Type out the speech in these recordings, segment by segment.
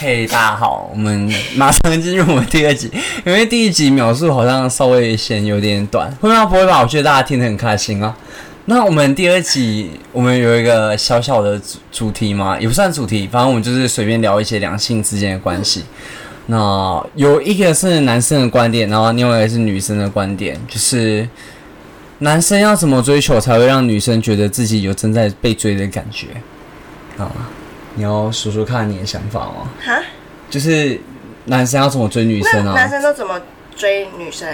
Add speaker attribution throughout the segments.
Speaker 1: 嘿、大家好，我们马上进入我们第二集，因为第一集秒数好像稍微显有点短，会吗？不会吧？我觉得大家听得很开心啊。那我们第二集我们有一个小小的主主题嘛，也不算主题，反正我们就是随便聊一些两性之间的关系。那有一个是男生的观点，然后另外一个是女生的观点，就是男生要怎么追求才会让女生觉得自己有正在被追的感觉啊？你要说说看你的想法哦吗？
Speaker 2: 哈，
Speaker 1: 就是男生要怎么追女
Speaker 2: 那
Speaker 1: 生
Speaker 2: 男
Speaker 1: 啊？
Speaker 2: 生都怎么追女生？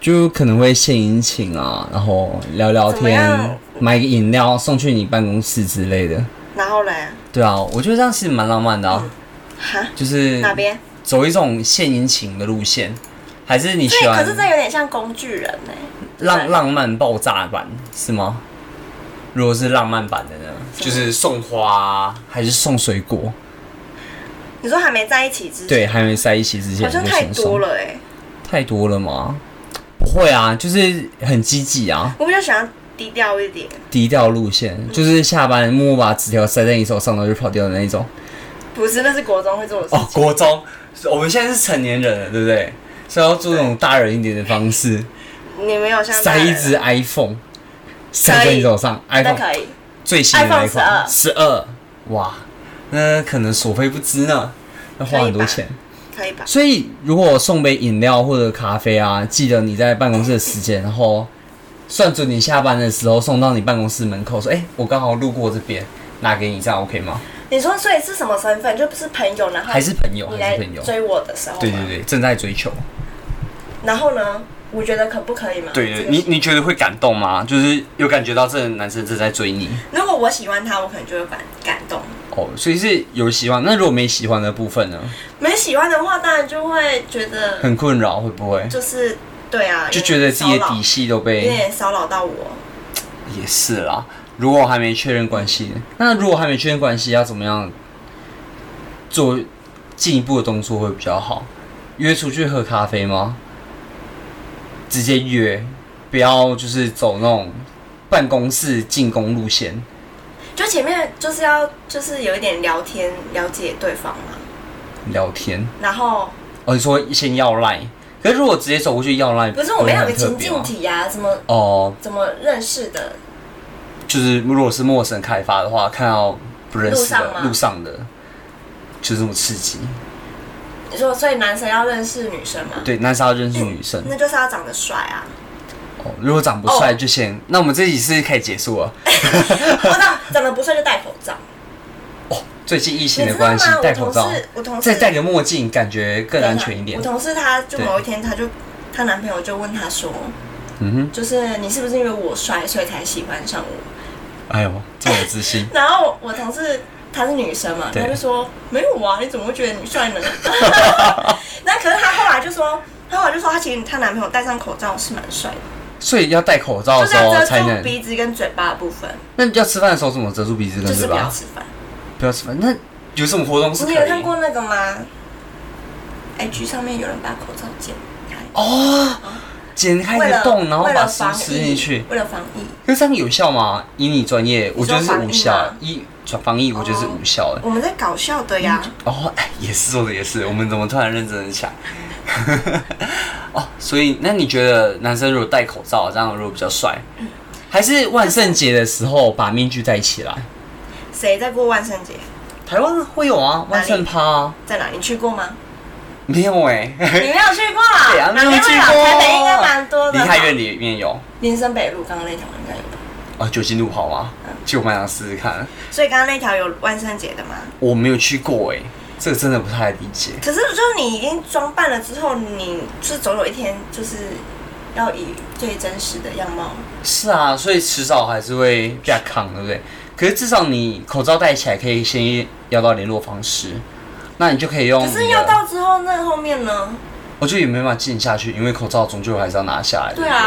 Speaker 1: 就可能会献殷勤啊，然后聊聊
Speaker 2: 怎么
Speaker 1: 天
Speaker 2: 样，
Speaker 1: 买个饮料送去你办公室之类的。
Speaker 2: 然后嘞，
Speaker 1: 对啊，我觉得这样其实蛮浪漫的啊，
Speaker 2: 哈，
Speaker 1: 就是
Speaker 2: 嗯哪边？
Speaker 1: 走一种献殷勤的路线，还是你喜
Speaker 2: 对，可
Speaker 1: 欢
Speaker 2: 是这有点像工具人呢、
Speaker 1: 浪浪漫爆炸版是吗？如果是浪漫版的呢，就是送花啊还是送水果？
Speaker 2: 你说还没在一起之前，
Speaker 1: 对，啊还没在一起之前
Speaker 2: 好像
Speaker 1: 就
Speaker 2: 太
Speaker 1: 先送
Speaker 2: 多，了哎、
Speaker 1: 太多了吗？不会啊，就是很积极啊。
Speaker 2: 我比较想要低调一点，
Speaker 1: 低调路
Speaker 2: 嗯
Speaker 1: 线，就是下班默默把纸条塞在你手上，然后就跑掉的那一种。
Speaker 2: 不是，那是国中会做的事
Speaker 1: 哦，
Speaker 2: 情。
Speaker 1: 国中，我们现在是成年人了，对不对？所以要做那种大人一点的方式，
Speaker 2: 你没有像大
Speaker 1: 塞
Speaker 2: 人
Speaker 1: 一只 iPhone 塞在你手上
Speaker 2: 那
Speaker 1: ，iPhone
Speaker 2: 可以，
Speaker 1: 最新的
Speaker 2: iPhone
Speaker 1: iPhone 十二，哇，那可能所费不知呢，要花很多钱。
Speaker 2: 可以吧？
Speaker 1: 所以如果送杯饮料或者咖啡啊，记得你在办公室的时间，然后算准你下班的时候送到你办公室门口，说：“哎、我刚好路过这边，拿给你，这样 OK 吗？”
Speaker 2: 你说，所以是什么身份？就不是朋友，然后
Speaker 1: 还是朋友，
Speaker 2: 你
Speaker 1: 还
Speaker 2: 来
Speaker 1: 是朋友。
Speaker 2: 追我的时候，
Speaker 1: 对对。对，正在追求。
Speaker 2: 然后呢？我觉得可不可以嘛？这个
Speaker 1: 你觉得会感动吗？就是有感觉到这个男生正在追你
Speaker 2: 如果我喜欢他，我可能就会感感动。
Speaker 1: 哦，所以是有喜欢。那如果没喜欢的部分呢？
Speaker 2: 没喜欢的话，当然就会觉得
Speaker 1: 很困扰，会不会
Speaker 2: 就是对啊，
Speaker 1: 就觉得自己的底
Speaker 2: 线
Speaker 1: 细都
Speaker 2: 有
Speaker 1: 被
Speaker 2: 点骚扰到我。
Speaker 1: 也是啦。如果还没确认关系呢，那如果还没确认关系，要怎么样做进一步的动作会比较好？约出去喝咖啡吗？直接约，不要就是走那种办公室进攻路线。
Speaker 2: 就前面就是要就是有一点聊天，了解对方嘛。
Speaker 1: 聊天。
Speaker 2: 然后
Speaker 1: 哦，你说先要赖，可是如果直接走过去要赖，
Speaker 2: 不是我们
Speaker 1: 会
Speaker 2: 要有
Speaker 1: 很
Speaker 2: 个
Speaker 1: 特
Speaker 2: 情
Speaker 1: 别
Speaker 2: 境
Speaker 1: 吗
Speaker 2: 题啊，怎么
Speaker 1: 哦，
Speaker 2: 怎么认识的？
Speaker 1: 就是如果是陌生开发的话，看到不认识
Speaker 2: 路上
Speaker 1: 的
Speaker 2: 吗
Speaker 1: 路上的，就这么刺激。
Speaker 2: 你说，所以男生要认识女生嘛？
Speaker 1: 对，男生要认识女生。
Speaker 2: 嗯那就是要长得帅啊！
Speaker 1: 哦，如果长不帅
Speaker 2: 哦
Speaker 1: 就先，那我们这集是可以结束哦了。
Speaker 2: 不知道哦长得不帅就戴口 罩，
Speaker 1: 最近疫情
Speaker 2: 你
Speaker 1: 的
Speaker 2: 知道
Speaker 1: 关
Speaker 2: 吗
Speaker 1: 系，？戴
Speaker 2: 我
Speaker 1: 口
Speaker 2: 同
Speaker 1: 罩，
Speaker 2: 事，我同事
Speaker 1: 再戴个墨镜，感觉更安全一点
Speaker 2: 我。同事她就
Speaker 1: 对
Speaker 2: 某一天，她就她男朋友就问她说，
Speaker 1: 嗯哼，
Speaker 2: 就是你是不是因为我帅，所以才喜欢上我？。
Speaker 1: 哎呦，这么有自信
Speaker 2: 然后我同事她是女生嘛，
Speaker 1: 对
Speaker 2: 她就说没有啊，你怎么会觉得 你帅呢？那可是她后来就说，她后来就说她其实她男朋友戴上口罩是蛮帅的，
Speaker 1: 所以要戴口罩的
Speaker 2: 就是
Speaker 1: 时
Speaker 2: 要
Speaker 1: 候
Speaker 2: 遮
Speaker 1: 才
Speaker 2: 住
Speaker 1: 能。
Speaker 2: 鼻子跟嘴巴的部分，
Speaker 1: 那要吃饭的时候怎么遮住鼻子
Speaker 2: 就
Speaker 1: 跟
Speaker 2: 是
Speaker 1: 嘴
Speaker 2: 不要
Speaker 1: 巴？
Speaker 2: 吃饭。
Speaker 1: 不要吃饭。那有什么活动是可
Speaker 2: 你
Speaker 1: 以？
Speaker 2: 有看过那个吗？IG 上面有人把口罩剪开，
Speaker 1: 哦，剪开一个洞，然后
Speaker 2: 为
Speaker 1: 把
Speaker 2: 了
Speaker 1: 食
Speaker 2: 防
Speaker 1: 物吃
Speaker 2: 疫
Speaker 1: 进去，
Speaker 2: 为了防疫，
Speaker 1: 那这样有效吗？以你专业，我
Speaker 2: 你
Speaker 1: 觉
Speaker 2: 说
Speaker 1: 得是无效
Speaker 2: 防。
Speaker 1: 一转防疫，我觉得是无效的。
Speaker 2: 我们在搞笑的呀。
Speaker 1: 哦，哎也是说的也是，我们怎么突然认真起来？ 哦，所以那你觉得男生如果戴口罩，这样如果比较帅，还是万圣节的时候把面具戴起来？
Speaker 2: 谁在过万圣节？
Speaker 1: 台湾会有啊，万圣趴啊，
Speaker 2: 在哪？你去过吗？
Speaker 1: 没有哎、
Speaker 2: 你没有去过啊？
Speaker 1: 对啊
Speaker 2: 哪
Speaker 1: 没有
Speaker 2: 边会
Speaker 1: 去
Speaker 2: 有
Speaker 1: 过
Speaker 2: 台北应该蛮多
Speaker 1: 离
Speaker 2: 的吧。
Speaker 1: 太院里面有
Speaker 2: 林森北路刚刚那条应该有吧？
Speaker 1: 啊，酒精路跑吗？其实我蛮想试试看，
Speaker 2: 所以刚刚那条有万圣节的吗？
Speaker 1: 我没有去过哎、这个真的不太理解。
Speaker 2: 可是就是你已经装扮了之后，你是总有一天就是要以最真实的样貌。
Speaker 1: 是啊，所以迟早还是会被他扛，对不对？可是至少你口罩戴起来，可以先要到联络方式，那你就可以用你
Speaker 2: 可
Speaker 1: 的。
Speaker 2: 是要到之后，那后面呢？
Speaker 1: 我觉得也没办法进下去，因为口罩终究还是要拿下来。
Speaker 2: 对啊，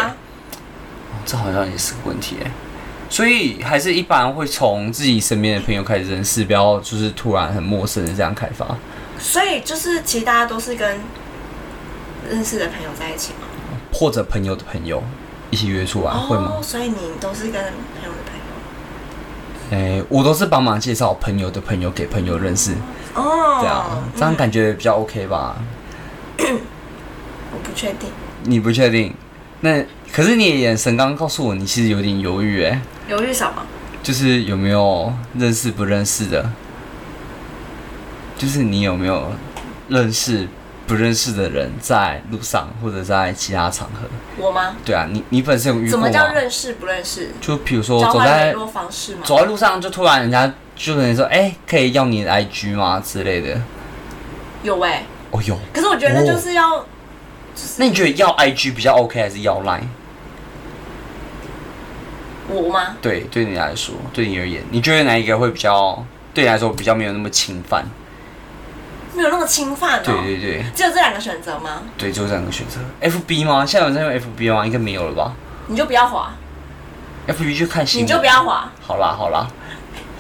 Speaker 1: 不对，哦这好像也是个问题哎。所以还是一般会从自己身边的朋友开始认识，不要就是突然很陌生的这样开发。
Speaker 2: 所以就是其实大家都是跟认识的朋友在一起嘛。
Speaker 1: 或者朋友的朋友一起约出来，啊会吗
Speaker 2: 哦，？所以你都是跟朋友的朋友。
Speaker 1: 哎、我都是帮忙介绍朋友的朋友给朋友认识，
Speaker 2: 哦，嗯
Speaker 1: 对啊，这样感觉比较 OK 吧？
Speaker 2: 我不确定，
Speaker 1: 你不确定？那可是你的眼神刚刚告诉我，你其实有点犹豫，哎，
Speaker 2: 犹豫什么？
Speaker 1: 就是有没有认识不认识的？就是你有没有认识不认识的人在路上或者在其他场合？
Speaker 2: 我吗？
Speaker 1: 对啊，你你本身有遇
Speaker 2: 怎
Speaker 1: 过
Speaker 2: 么叫
Speaker 1: 吗？
Speaker 2: 认识不认识？
Speaker 1: 就比如说
Speaker 2: 交
Speaker 1: 走
Speaker 2: 换
Speaker 1: 在
Speaker 2: 联络方式吗？
Speaker 1: 走在路上，就突然人家就可能说，哎、可以要你的 IG 吗之类的？
Speaker 2: 有哎、
Speaker 1: 哦有，
Speaker 2: 可是我觉得那就是要，
Speaker 1: 那你觉得要 IG 比较 OK 还是要 Line？
Speaker 2: 我吗？
Speaker 1: 对，对你来说，对你而言，你觉得哪一个会比较对你来说比较没有那么侵犯？啊
Speaker 2: 没有那么侵犯哦、
Speaker 1: 对对对
Speaker 2: 只有这两个选择吗？
Speaker 1: 对，就这两个选择。FB 吗？现在有人在用 FB 吗？应该没有了吧
Speaker 2: 你就不要滑，
Speaker 1: ？FB 就看新
Speaker 2: 你
Speaker 1: 闻，
Speaker 2: 就不要滑。
Speaker 1: 好啦好啦。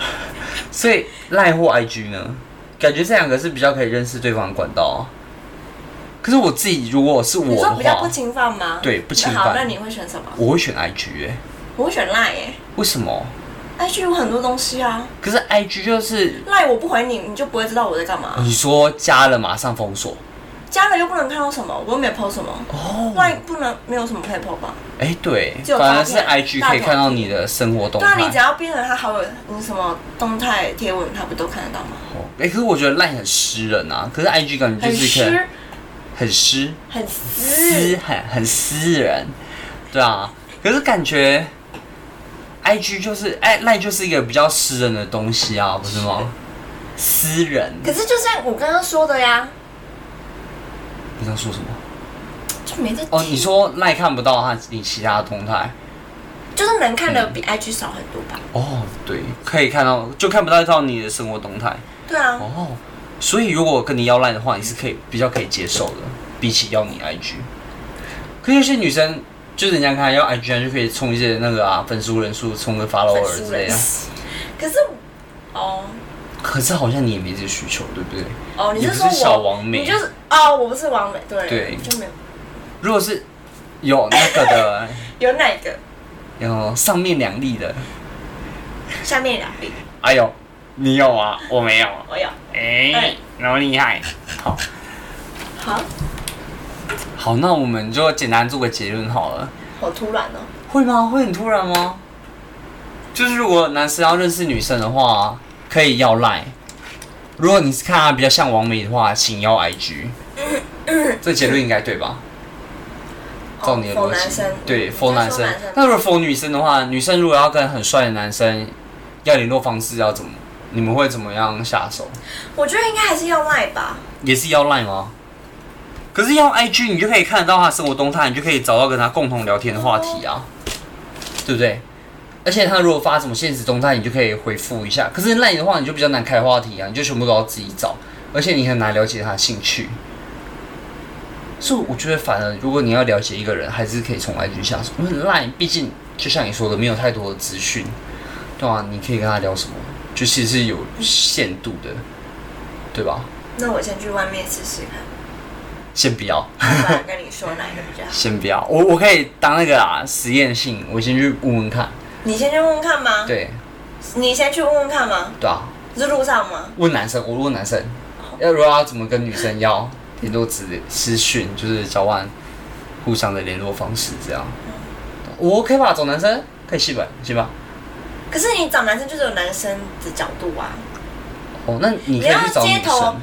Speaker 1: 所以赖或 IG 呢，感觉这两个是比较可以认识对方的管道啊、可是我自己如果是
Speaker 2: 你
Speaker 1: 我
Speaker 2: 说
Speaker 1: 的
Speaker 2: 比较
Speaker 1: 话
Speaker 2: 不，侵犯吗？
Speaker 1: 对不侵
Speaker 2: 那好，
Speaker 1: 犯
Speaker 2: 那你会选什么？
Speaker 1: 我会选 IG 哎、
Speaker 2: 我会选赖耶、
Speaker 1: 为什么？
Speaker 2: 欸、，IG 有很多东西啊，
Speaker 1: 可是 IG 就是
Speaker 2: 赖我不回你，你就不会知道我在干嘛。
Speaker 1: 你说加了马上封锁
Speaker 2: 加了又不能看到什么，我又没 PO 什么，
Speaker 1: 哦
Speaker 2: 赖不能没有什么可以 PO 吧？
Speaker 1: 哎、对，
Speaker 2: 只有
Speaker 1: 反而
Speaker 2: 照
Speaker 1: 是
Speaker 2: 片
Speaker 1: IG
Speaker 2: 大
Speaker 1: 可以
Speaker 2: 头
Speaker 1: 看到你的生活动
Speaker 2: 对
Speaker 1: 态。
Speaker 2: 啊，你只要变成他好友，你什么动态贴文，他不都看得到吗？
Speaker 1: 哦哎、可是我觉得 Line 很湿人啊，可是 IG 感觉就
Speaker 2: 很
Speaker 1: 是可以
Speaker 2: 湿，
Speaker 1: 很湿，
Speaker 2: 很
Speaker 1: 湿
Speaker 2: 湿，
Speaker 1: 很很湿人，对啊。可是感觉 IG 就是哎、Line 就是一个比较私人的东西啊，不是吗？私人，
Speaker 2: 可是就像我刚刚说的呀，
Speaker 1: 你在说什么？
Speaker 2: 就没在
Speaker 1: 哦，
Speaker 2: 听
Speaker 1: 你说 Line 看不到他你其他动态
Speaker 2: 就是能看的
Speaker 1: 嗯
Speaker 2: 比 IG 少很多吧？
Speaker 1: 哦，对，可以看到就看不到到你的生活动态。
Speaker 2: 对啊，
Speaker 1: 哦，所以如果跟你要赖的话，你是可以比较可以接受的，比起要你 IG。可有些女生就是人家看要 IG 啊，就可以冲一些那个啊粉丝人数，冲个 follower
Speaker 2: 粉
Speaker 1: 之
Speaker 2: 丝
Speaker 1: 类
Speaker 2: 人
Speaker 1: 的。
Speaker 2: 可是哦
Speaker 1: 可是好像你也没这个需求，对不对？
Speaker 2: 哦，你
Speaker 1: 你
Speaker 2: 是
Speaker 1: 不
Speaker 2: 说
Speaker 1: 是小
Speaker 2: 我？
Speaker 1: 王
Speaker 2: 你
Speaker 1: 美
Speaker 2: 就，是哦，我不是王美，对
Speaker 1: 对
Speaker 2: 就没有
Speaker 1: 如果是有那个的，
Speaker 2: 有哪一个
Speaker 1: 有上面两粒的，
Speaker 2: 下面两笔
Speaker 1: 哎呦，你有啊，我没有啊，
Speaker 2: 我有
Speaker 1: 哎、
Speaker 2: 哎
Speaker 1: 然后厉害。好，
Speaker 2: 好，
Speaker 1: 好，那我们就简单做个结论好了。
Speaker 2: 好突然哦，
Speaker 1: 会吗？会很突然吗？就是如果男生要认识女生的话，可以要赖。如果你是看他比较像王美的话，请要 IG。这结论应该对吧？照你的逻
Speaker 2: 哦否男
Speaker 1: 辑
Speaker 2: 生，
Speaker 1: 对，
Speaker 2: 嗯
Speaker 1: 否男
Speaker 2: 就
Speaker 1: 生
Speaker 2: 说男生。
Speaker 1: 那如果否女生的话，女生如果要跟很帅的男生要联络方式，要怎么？你们会怎么样下手？
Speaker 2: 我觉得应该还是要赖吧，
Speaker 1: 也是要赖吗？可是要 IG，你就可以看得到他的生活动态，你就可以找到跟他共同聊天的话题啊，对不对？而且他如果发什么现实动态，你就可以回复一下。可是赖的话，你就比较难开话题啊，你就全部都要自己找，而且你很难了解他的兴趣。所以我觉得，反而如果你要了解一个人，还是可以从 IG 下手，因为赖毕竟就像你说的，没有太多的资讯，对啊，你可以跟他聊什么，就其实是有限度的，对吧？
Speaker 2: 那我先去外面试试 看，
Speaker 1: 先不要。
Speaker 2: 我来跟你说哪一个比较好，
Speaker 1: 先不要，我我可以当那个啊实验性，我先去问问看。
Speaker 2: 你先去问问看吗？
Speaker 1: 对
Speaker 2: 你先去问问看吗？
Speaker 1: 对啊，
Speaker 2: 是路上吗？
Speaker 1: 问男生，我问男生，要如果要怎么跟女生要联络资私讯，就是交换互相的联络方式这样。
Speaker 2: 嗯
Speaker 1: 我 OK 吧，找男生可以戏吧，戏吧。
Speaker 2: 可是你找男生就是有男生的角度啊，
Speaker 1: 哦，那你可以去找
Speaker 2: 你要
Speaker 1: 女
Speaker 2: 街头
Speaker 1: 生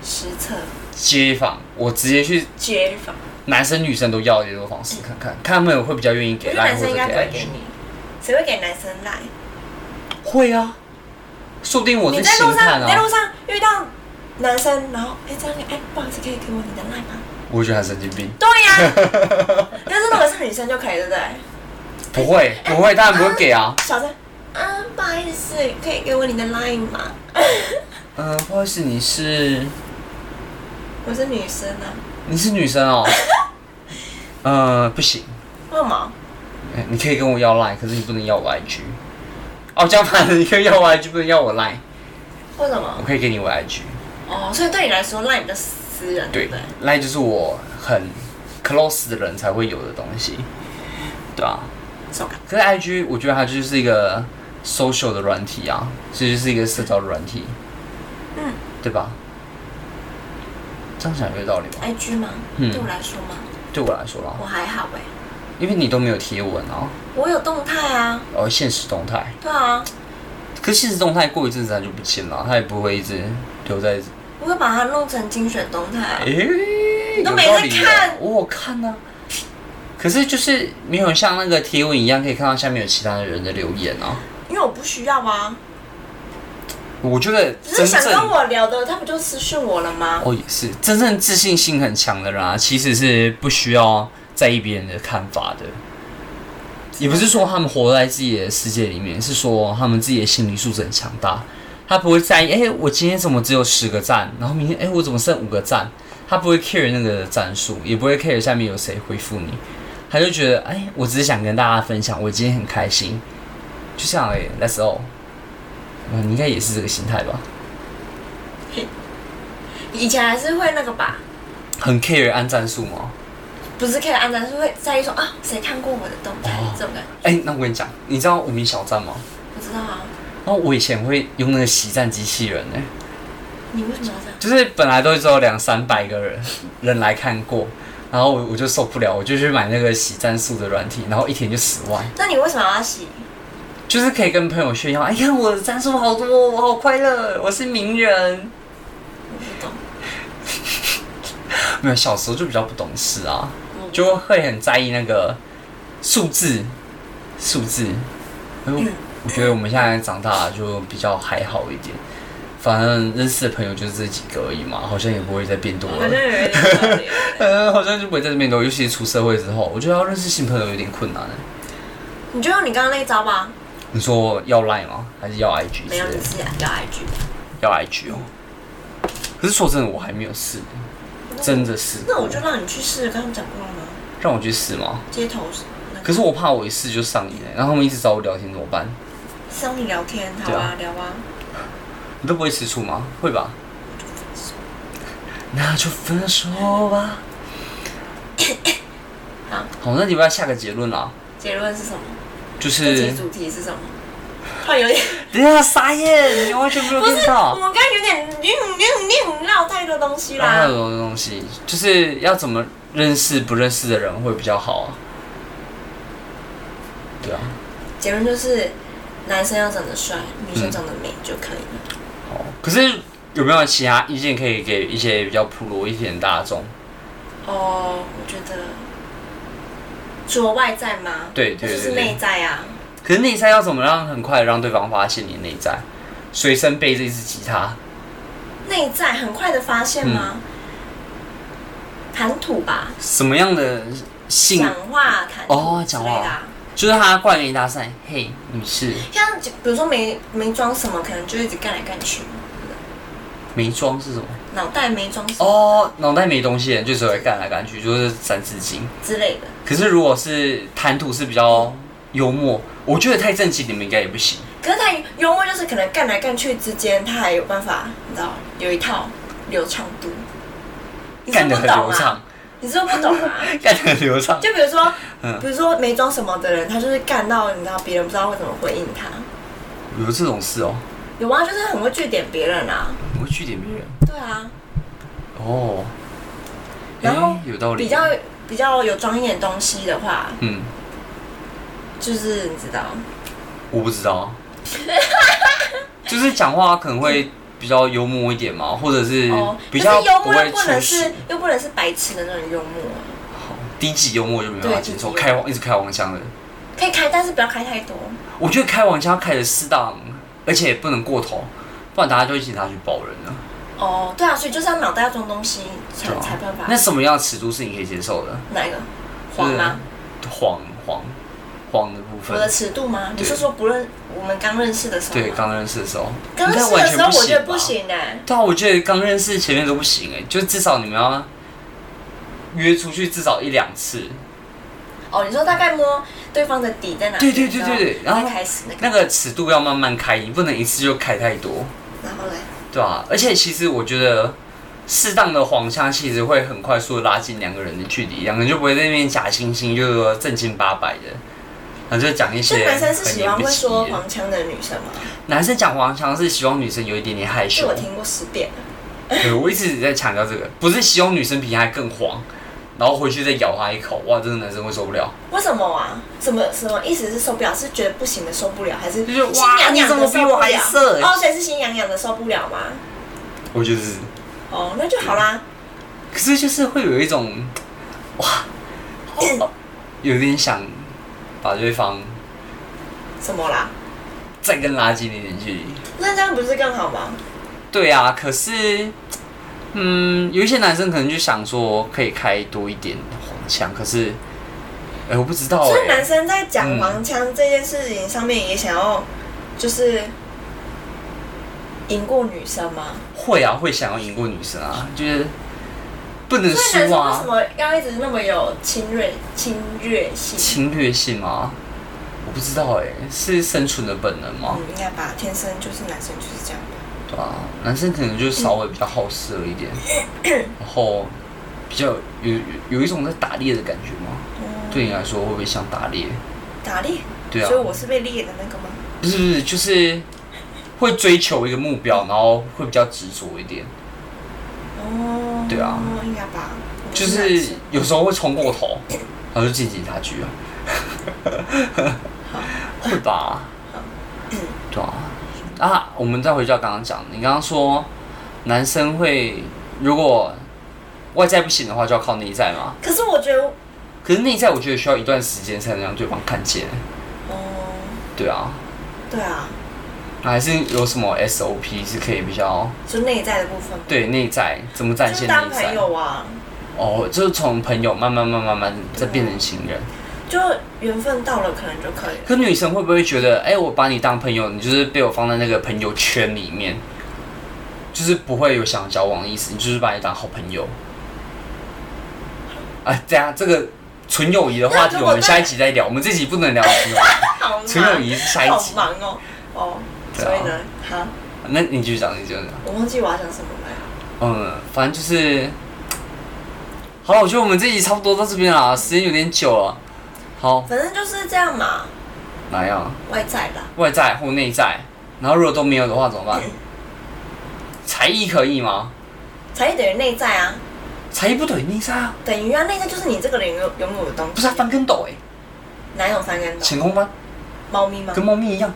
Speaker 2: 实测
Speaker 1: 街访，我直接去
Speaker 2: 街访，
Speaker 1: 男生女生都要的联络方式看看，看他们会比较愿意
Speaker 2: 嗯我觉
Speaker 1: 给
Speaker 2: 得
Speaker 1: 赖
Speaker 2: 男
Speaker 1: 或
Speaker 2: 生
Speaker 1: 者
Speaker 2: 应
Speaker 1: 给
Speaker 2: 该不会
Speaker 1: IG
Speaker 2: 给你，谁会给男生赖？
Speaker 1: 会啊，说不定我
Speaker 2: 你
Speaker 1: 是
Speaker 2: 在
Speaker 1: 星
Speaker 2: 路上，
Speaker 1: 探
Speaker 2: 你在路
Speaker 1: 啊，
Speaker 2: 上遇到男生，然后哎，张你哎，不好意思，可以给我你的赖吗？
Speaker 1: 我觉得他神经病。
Speaker 2: 对呀、 但是如果是女生就可以，对不对？
Speaker 1: 不会，不会，当然不会给啊。
Speaker 2: 小声，嗯，不好意思，可以给我你的赖吗？
Speaker 1: 嗯、不好意思，你是
Speaker 2: 我是女生啊，
Speaker 1: 你是女生哦。呃，不行，
Speaker 2: 为什么？
Speaker 1: 哎你可以跟我要 line，可是你不能要我 IG。哦，这样反了，你可以要我 IG，不能要我 line。
Speaker 2: 为什
Speaker 1: 我
Speaker 2: 么？
Speaker 1: 可以给你我 IG，
Speaker 2: 哦，所以对你来说，赖比较私人，对
Speaker 1: 对
Speaker 2: 不对？
Speaker 1: ，line 就是我很 close 的人才会有的东西，对啊。
Speaker 2: 手感
Speaker 1: 可是 IG，我觉得它就是一个 social 的软体啊，这就是一个社交的软体。
Speaker 2: 嗯，
Speaker 1: 对吧？这样想有道理吧？
Speaker 2: IG 吗？
Speaker 1: 嗯
Speaker 2: 对我来说吗？
Speaker 1: 对我来说啦，
Speaker 2: 我还好哎、
Speaker 1: 因为你都没有贴文啊，
Speaker 2: 我有动态啊，
Speaker 1: 然后哦现实动态，
Speaker 2: 对啊，
Speaker 1: 可是现实动态过一阵子它就不见了，它也不会一直留在。
Speaker 2: 我会把它弄成精选动态啊、
Speaker 1: 诶、有
Speaker 2: 你都没
Speaker 1: 道
Speaker 2: 在
Speaker 1: 理耶
Speaker 2: 看
Speaker 1: 我有看啊。可是就是没有像那个贴文一样，可以看到下面有其他的人的留言啊。
Speaker 2: 因为我不需要啊，
Speaker 1: 我觉得
Speaker 2: 只是
Speaker 1: 真
Speaker 2: 想
Speaker 1: 正
Speaker 2: 跟我聊的，他不就私讯我了吗？
Speaker 1: 哦，也是，真正自信心很强的人啊，其实是不需要在意别人的看法的。也不是说他们活在自己的世界里面，是说他们自己的心理素质很强大。他不会在意，哎、我今天怎么只有十个赞，然后明天，哎、我怎么剩五个赞？他不会 care 那个赞数，也不会 care 下面有谁回复你，他就觉得，哎、我只是想跟大家分享，我今天很开心，就这样而已。That's all。嗯，你应该也是这个心态吧？
Speaker 2: 以前还是会那个吧，
Speaker 1: 很 care 按赞数吗？
Speaker 2: 不是 K 安南是会在意说啊，谁看过我的动态、
Speaker 1: 哦
Speaker 2: 这种感觉，
Speaker 1: 哎、那我跟你讲，你知道无名小站吗？
Speaker 2: 我知道啊。
Speaker 1: 然后我以前会用那个洗站机器人呢、
Speaker 2: 你为什么要这样？
Speaker 1: 就是本来都只有两三百个人人来看过，然后我我就受不了，我就去买那个洗站数的软体，然后一天就十万，
Speaker 2: 那你为什么要洗？
Speaker 1: 就是可以跟朋友炫耀，哎、看我的赞数好多，我好快乐，我是名人。
Speaker 2: 我不懂，
Speaker 1: 没有，小时候就比较不懂事啊，就会很在意那个数字，数字。哎
Speaker 2: 嗯
Speaker 1: 我我觉得我们现在长大了就比较还好一点，反正认识的朋友就是这几个而已嘛，好像也不会再变多
Speaker 2: 好像
Speaker 1: 了。
Speaker 2: 有一点道理。
Speaker 1: 呃， 好像就不会在这边多，尤其是出社会之后，我觉得要认识新朋友有点困难欸。
Speaker 2: 你就用你刚刚那一招吧，
Speaker 1: 你说要 Line 吗？还是要 IG 之
Speaker 2: 没
Speaker 1: 类
Speaker 2: 有，你
Speaker 1: 的？
Speaker 2: 是要 IG 吧。
Speaker 1: 要 IG 哦。可是说真的，我还没有试，真的试过。
Speaker 2: 那我就让你去试，刚刚讲过了吗？
Speaker 1: 让我去试吗？
Speaker 2: 啊街头是那
Speaker 1: 可
Speaker 2: 个
Speaker 1: 是我怕我一试就上瘾了，欸然后他们一直找我聊天怎么办？
Speaker 2: 商你聊天，好
Speaker 1: 对啊
Speaker 2: 啊，聊啊。
Speaker 1: 你都不会吃醋吗？会吧？那就分手吧。
Speaker 2: 好
Speaker 1: 好，那你们要下个结论啦，
Speaker 2: 结论是什么？
Speaker 1: 就
Speaker 2: 这
Speaker 1: 是
Speaker 2: 期主题是什么？突然有点
Speaker 1: 等一下傻眼，你完全没有
Speaker 2: 不
Speaker 1: 听
Speaker 2: 是，
Speaker 1: 到
Speaker 2: 我。们刚刚有点你你你绕太多东西
Speaker 1: 然后还有
Speaker 2: 啦。
Speaker 1: 很多东西，就是要怎么认识不认识的人会比较好啊？对啊，
Speaker 2: 结论就是，男生要长得帅，女
Speaker 1: 嗯
Speaker 2: 生长得美就可以了。
Speaker 1: 好。可是有没有其他意见可以给一些比较普罗一点的大众？
Speaker 2: 哦，我觉得除了外在吗？
Speaker 1: 对对
Speaker 2: 那就
Speaker 1: 对
Speaker 2: 是
Speaker 1: 对
Speaker 2: 内在啊。
Speaker 1: 可是内在要怎么让很快地让对方发现你的内在？随身背着一支吉他，
Speaker 2: 内在很快的发现吗？
Speaker 1: 嗯
Speaker 2: 谈吐吧，
Speaker 1: 什么样的性
Speaker 2: 讲话谈吐
Speaker 1: 哦
Speaker 2: 之
Speaker 1: 讲
Speaker 2: 类
Speaker 1: 话
Speaker 2: 的、啊。
Speaker 1: 就是他冠名搭讪，嘿，女士，
Speaker 2: 像比如说没没装什么，可能就一直干来干去，
Speaker 1: 没装是什么？
Speaker 2: 脑袋没装什么
Speaker 1: 哦，脑袋没东西的人就只会干来干去，就是三字经。
Speaker 2: 之类的。
Speaker 1: 可是如果是谈吐是比较幽默，我觉得太正经，你们应该也不行。
Speaker 2: 可是他幽默就是可能干来干去之间，他还有办法，你知道有一套流畅度。你是
Speaker 1: 干
Speaker 2: 不
Speaker 1: 得
Speaker 2: 是
Speaker 1: 很
Speaker 2: 不
Speaker 1: 流
Speaker 2: 懂啊
Speaker 1: 畅？，
Speaker 2: 你是不是不懂啊？
Speaker 1: 干得很流畅。
Speaker 2: 就比如说
Speaker 1: 嗯，
Speaker 2: 比如说没装什么的人，他就是干到你知道别人不知道会怎么回应他。
Speaker 1: 有这种事哦，
Speaker 2: 有啊，就是很会据点别人啊。
Speaker 1: 我会去点别人
Speaker 2: 对啊，
Speaker 1: 哦。
Speaker 2: 然后
Speaker 1: 诶有道理，
Speaker 2: 比较比较有装一点东西的话，
Speaker 1: 嗯，
Speaker 2: 就是你知道，
Speaker 1: 我不知道啊，就是讲话可能会比较幽默一点嘛，或者是嗯比较
Speaker 2: 哦就是幽
Speaker 1: 不
Speaker 2: 默
Speaker 1: 会
Speaker 2: 又不
Speaker 1: 出
Speaker 2: 能
Speaker 1: 事
Speaker 2: 是。又不能是白痴的那种幽默，
Speaker 1: 低级幽默就没办法接受，
Speaker 2: 对低级幽默
Speaker 1: 开黄一直开黄腔的，
Speaker 2: 可以开，但是不要开太多。
Speaker 1: 我觉得开黄腔要开的适当，而且不能过头，不然大家就一起拿去爆人了。
Speaker 2: 哦，对啊，所以就是要脑袋要装东西才
Speaker 1: 对啊
Speaker 2: 才办法。
Speaker 1: 那什么样的尺度是你可以接受的？
Speaker 2: 哪一个？黄
Speaker 1: 啊
Speaker 2: 吗？
Speaker 1: 黄黄黄的部
Speaker 2: 我的
Speaker 1: 分。
Speaker 2: 尺度吗？你
Speaker 1: 对
Speaker 2: 是说不认我们刚认识的时候吗？
Speaker 1: 对，刚认识的时候，
Speaker 2: 刚认
Speaker 1: 应
Speaker 2: 识
Speaker 1: 该
Speaker 2: 的
Speaker 1: 完
Speaker 2: 时
Speaker 1: 全
Speaker 2: 候我觉得
Speaker 1: 吧
Speaker 2: 不。行哎、
Speaker 1: 对啊，我觉得刚认识前面都不行哎、就至少你们要约出去至少一两次。
Speaker 2: 哦，你说大概摸对方的底在哪里？
Speaker 1: 对对对对对然
Speaker 2: 然
Speaker 1: 后
Speaker 2: 后再开始那个，
Speaker 1: 那个尺度要慢慢开，你不能一次就开太多，
Speaker 2: 然后嘞，
Speaker 1: 对啊，而且其实我觉得。适当的黄腔其实会很快速的拉近两个人的距离，两个人就不会在那边假惺惺，就是说正经八百的，然后就讲一
Speaker 2: 所
Speaker 1: 些
Speaker 2: 以男生是
Speaker 1: 很
Speaker 2: 喜
Speaker 1: 言
Speaker 2: 欢
Speaker 1: 不
Speaker 2: 会
Speaker 1: 及
Speaker 2: 说
Speaker 1: 义的
Speaker 2: 黄腔的女生吗？
Speaker 1: 男生讲黄腔是希望女生有一点点害
Speaker 2: 这
Speaker 1: 羞
Speaker 2: 我，听过十遍了。
Speaker 1: 对，我一直在强调这个，不是希望女生比他更黄，然后回去再咬他一口，哇，这个男生会受不了。
Speaker 2: 为什么啊？什么什么意思是受不了？是觉得不行的受不了，还是
Speaker 1: 就是
Speaker 2: 心
Speaker 1: 哇
Speaker 2: 痒痒
Speaker 1: 你
Speaker 2: 的
Speaker 1: 怎么
Speaker 2: 受
Speaker 1: 比我
Speaker 2: 不
Speaker 1: 还
Speaker 2: 了？
Speaker 1: 色
Speaker 2: 哦，所以是心痒痒的受不了吗？
Speaker 1: 我觉得是，
Speaker 2: 哦，那就好啦。
Speaker 1: 可是就是会有一种，哇，有点想把对方
Speaker 2: 什么啦？
Speaker 1: 再更拉近一点距离。
Speaker 2: 那这样不是更好吗？
Speaker 1: 对啊，可是，嗯，有一些男生可能就想说可以开多一点黄腔，可是，哎、我不知道、
Speaker 2: 所
Speaker 1: 欸，
Speaker 2: 以男生在讲
Speaker 1: 嗯
Speaker 2: 黄腔这件事情上面，也想要就是赢过女生吗？
Speaker 1: 会啊，会想要赢过女生啊，就是不能
Speaker 2: 所以
Speaker 1: 输
Speaker 2: 男生为什
Speaker 1: 啊，
Speaker 2: 么要一直那么有侵略侵略性？
Speaker 1: 侵略性吗？我不知道哎、是生存的本能吗
Speaker 2: 嗯？，应该吧，天生就是男生就是这样吧。
Speaker 1: 对啊，男生可能就稍微比较好色一 点，然后比较有有有一种在打猎的感觉吗？
Speaker 2: 嗯，
Speaker 1: 对你来说会不会像打猎？
Speaker 2: 打猎，
Speaker 1: 对啊，
Speaker 2: 所以我是被猎的那个吗？
Speaker 1: 不是不是，就是会追求一个目标，然后会比较执着一点，
Speaker 2: 哦，
Speaker 1: 对啊
Speaker 2: 应该吧，我
Speaker 1: 就
Speaker 2: 男
Speaker 1: 是
Speaker 2: 生
Speaker 1: 有时候会冲过头，然后就进警察局了，会吧？对啊，啊，我们再回到刚刚讲的，你刚刚说男生会如果外在不行的话，就要靠内在嘛。
Speaker 2: 可是我觉得，
Speaker 1: 可是内在我觉得需要一段时间才能让对方看见，
Speaker 2: 哦，
Speaker 1: 对啊，
Speaker 2: 对啊，
Speaker 1: 还是有什么 SOP 是可以比较
Speaker 2: 就内在的部分嘛，
Speaker 1: 对内在怎么展
Speaker 2: 就
Speaker 1: 现
Speaker 2: 是
Speaker 1: 内
Speaker 2: 当朋
Speaker 1: 在？
Speaker 2: 友啊，
Speaker 1: 哦，就是从朋友慢慢慢慢慢慢再变成情人。
Speaker 2: 就缘分到了可能就 可以了。
Speaker 1: 可女生会不会觉得，哎、我把你当朋友，你就是被我放在那个朋友圈里面，就是不会有想交往的意思，你就是把你当好朋友。啊，这样这个纯友谊的话题，
Speaker 2: 那如
Speaker 1: 我
Speaker 2: 果
Speaker 1: 们下一集再聊，我们这集不能聊纯友 谊，
Speaker 2: 好哦
Speaker 1: 纯友谊是下一集
Speaker 2: 好。忙哦，哦，
Speaker 1: 对
Speaker 2: 所
Speaker 1: 啊
Speaker 2: 以呢，好，
Speaker 1: 那你继续讲，你继续讲。
Speaker 2: 我忘记我要讲什么了。
Speaker 1: 嗯，反正就是，好了，我觉得我们这集差不多到这边啦，时间有点久了。好，啊
Speaker 2: 反正就是这样嘛，
Speaker 1: 哪样？
Speaker 2: 外在啦，
Speaker 1: 外在或内在，然后如果都没有的话怎么
Speaker 2: 啊嗯
Speaker 1: 办？才艺可以吗？
Speaker 2: 才艺等于内在啊，
Speaker 1: 才艺不等于内在啊，
Speaker 2: 等于啊，内在就是你这个人拥有拥有的东西。
Speaker 1: 不是啊，翻跟斗哎、
Speaker 2: 哪有翻跟斗？
Speaker 1: 前空翻
Speaker 2: 猫咪吗
Speaker 1: 跟？猫咪一样，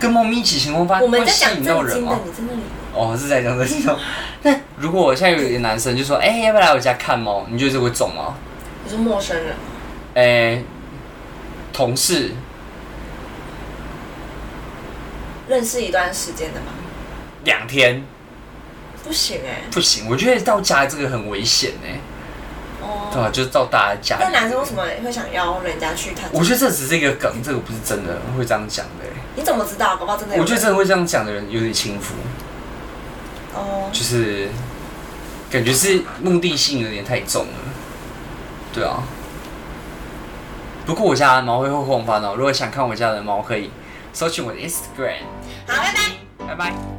Speaker 1: 跟猫咪一起前空翻
Speaker 2: 我们
Speaker 1: 会
Speaker 2: 在
Speaker 1: 吸
Speaker 2: 讲
Speaker 1: 引
Speaker 2: 正
Speaker 1: 到人
Speaker 2: 经的
Speaker 1: 吗，？
Speaker 2: 你在那里。
Speaker 1: 哦，是在讲这种。 那如果我现在有一个男生就说，哎、要不要来我家看猫？你觉得这会中吗？
Speaker 2: 你是陌生人，
Speaker 1: 哎、同事
Speaker 2: 认识一段时间的吗？
Speaker 1: 两天
Speaker 2: 不行哎、
Speaker 1: 不行，我觉得到家这个很危险哎、对啊
Speaker 2: 哦，
Speaker 1: 吧、就是到大家家。
Speaker 2: 那男生为什？么会想邀人家去他？
Speaker 1: 我觉得这只是一个梗，这个不是真的会这样讲的、欸。
Speaker 2: 你怎么知道？搞不好真的有
Speaker 1: 我
Speaker 2: 人。
Speaker 1: 觉得真的会这样讲的人有点轻浮，
Speaker 2: 哦，
Speaker 1: 就是感觉是目的性有点太重了。对啊。不过我家的猫会后空翻哦，如果想看我家的猫，可以搜寻我的 Instagram。
Speaker 2: 好，拜拜。
Speaker 1: 拜拜。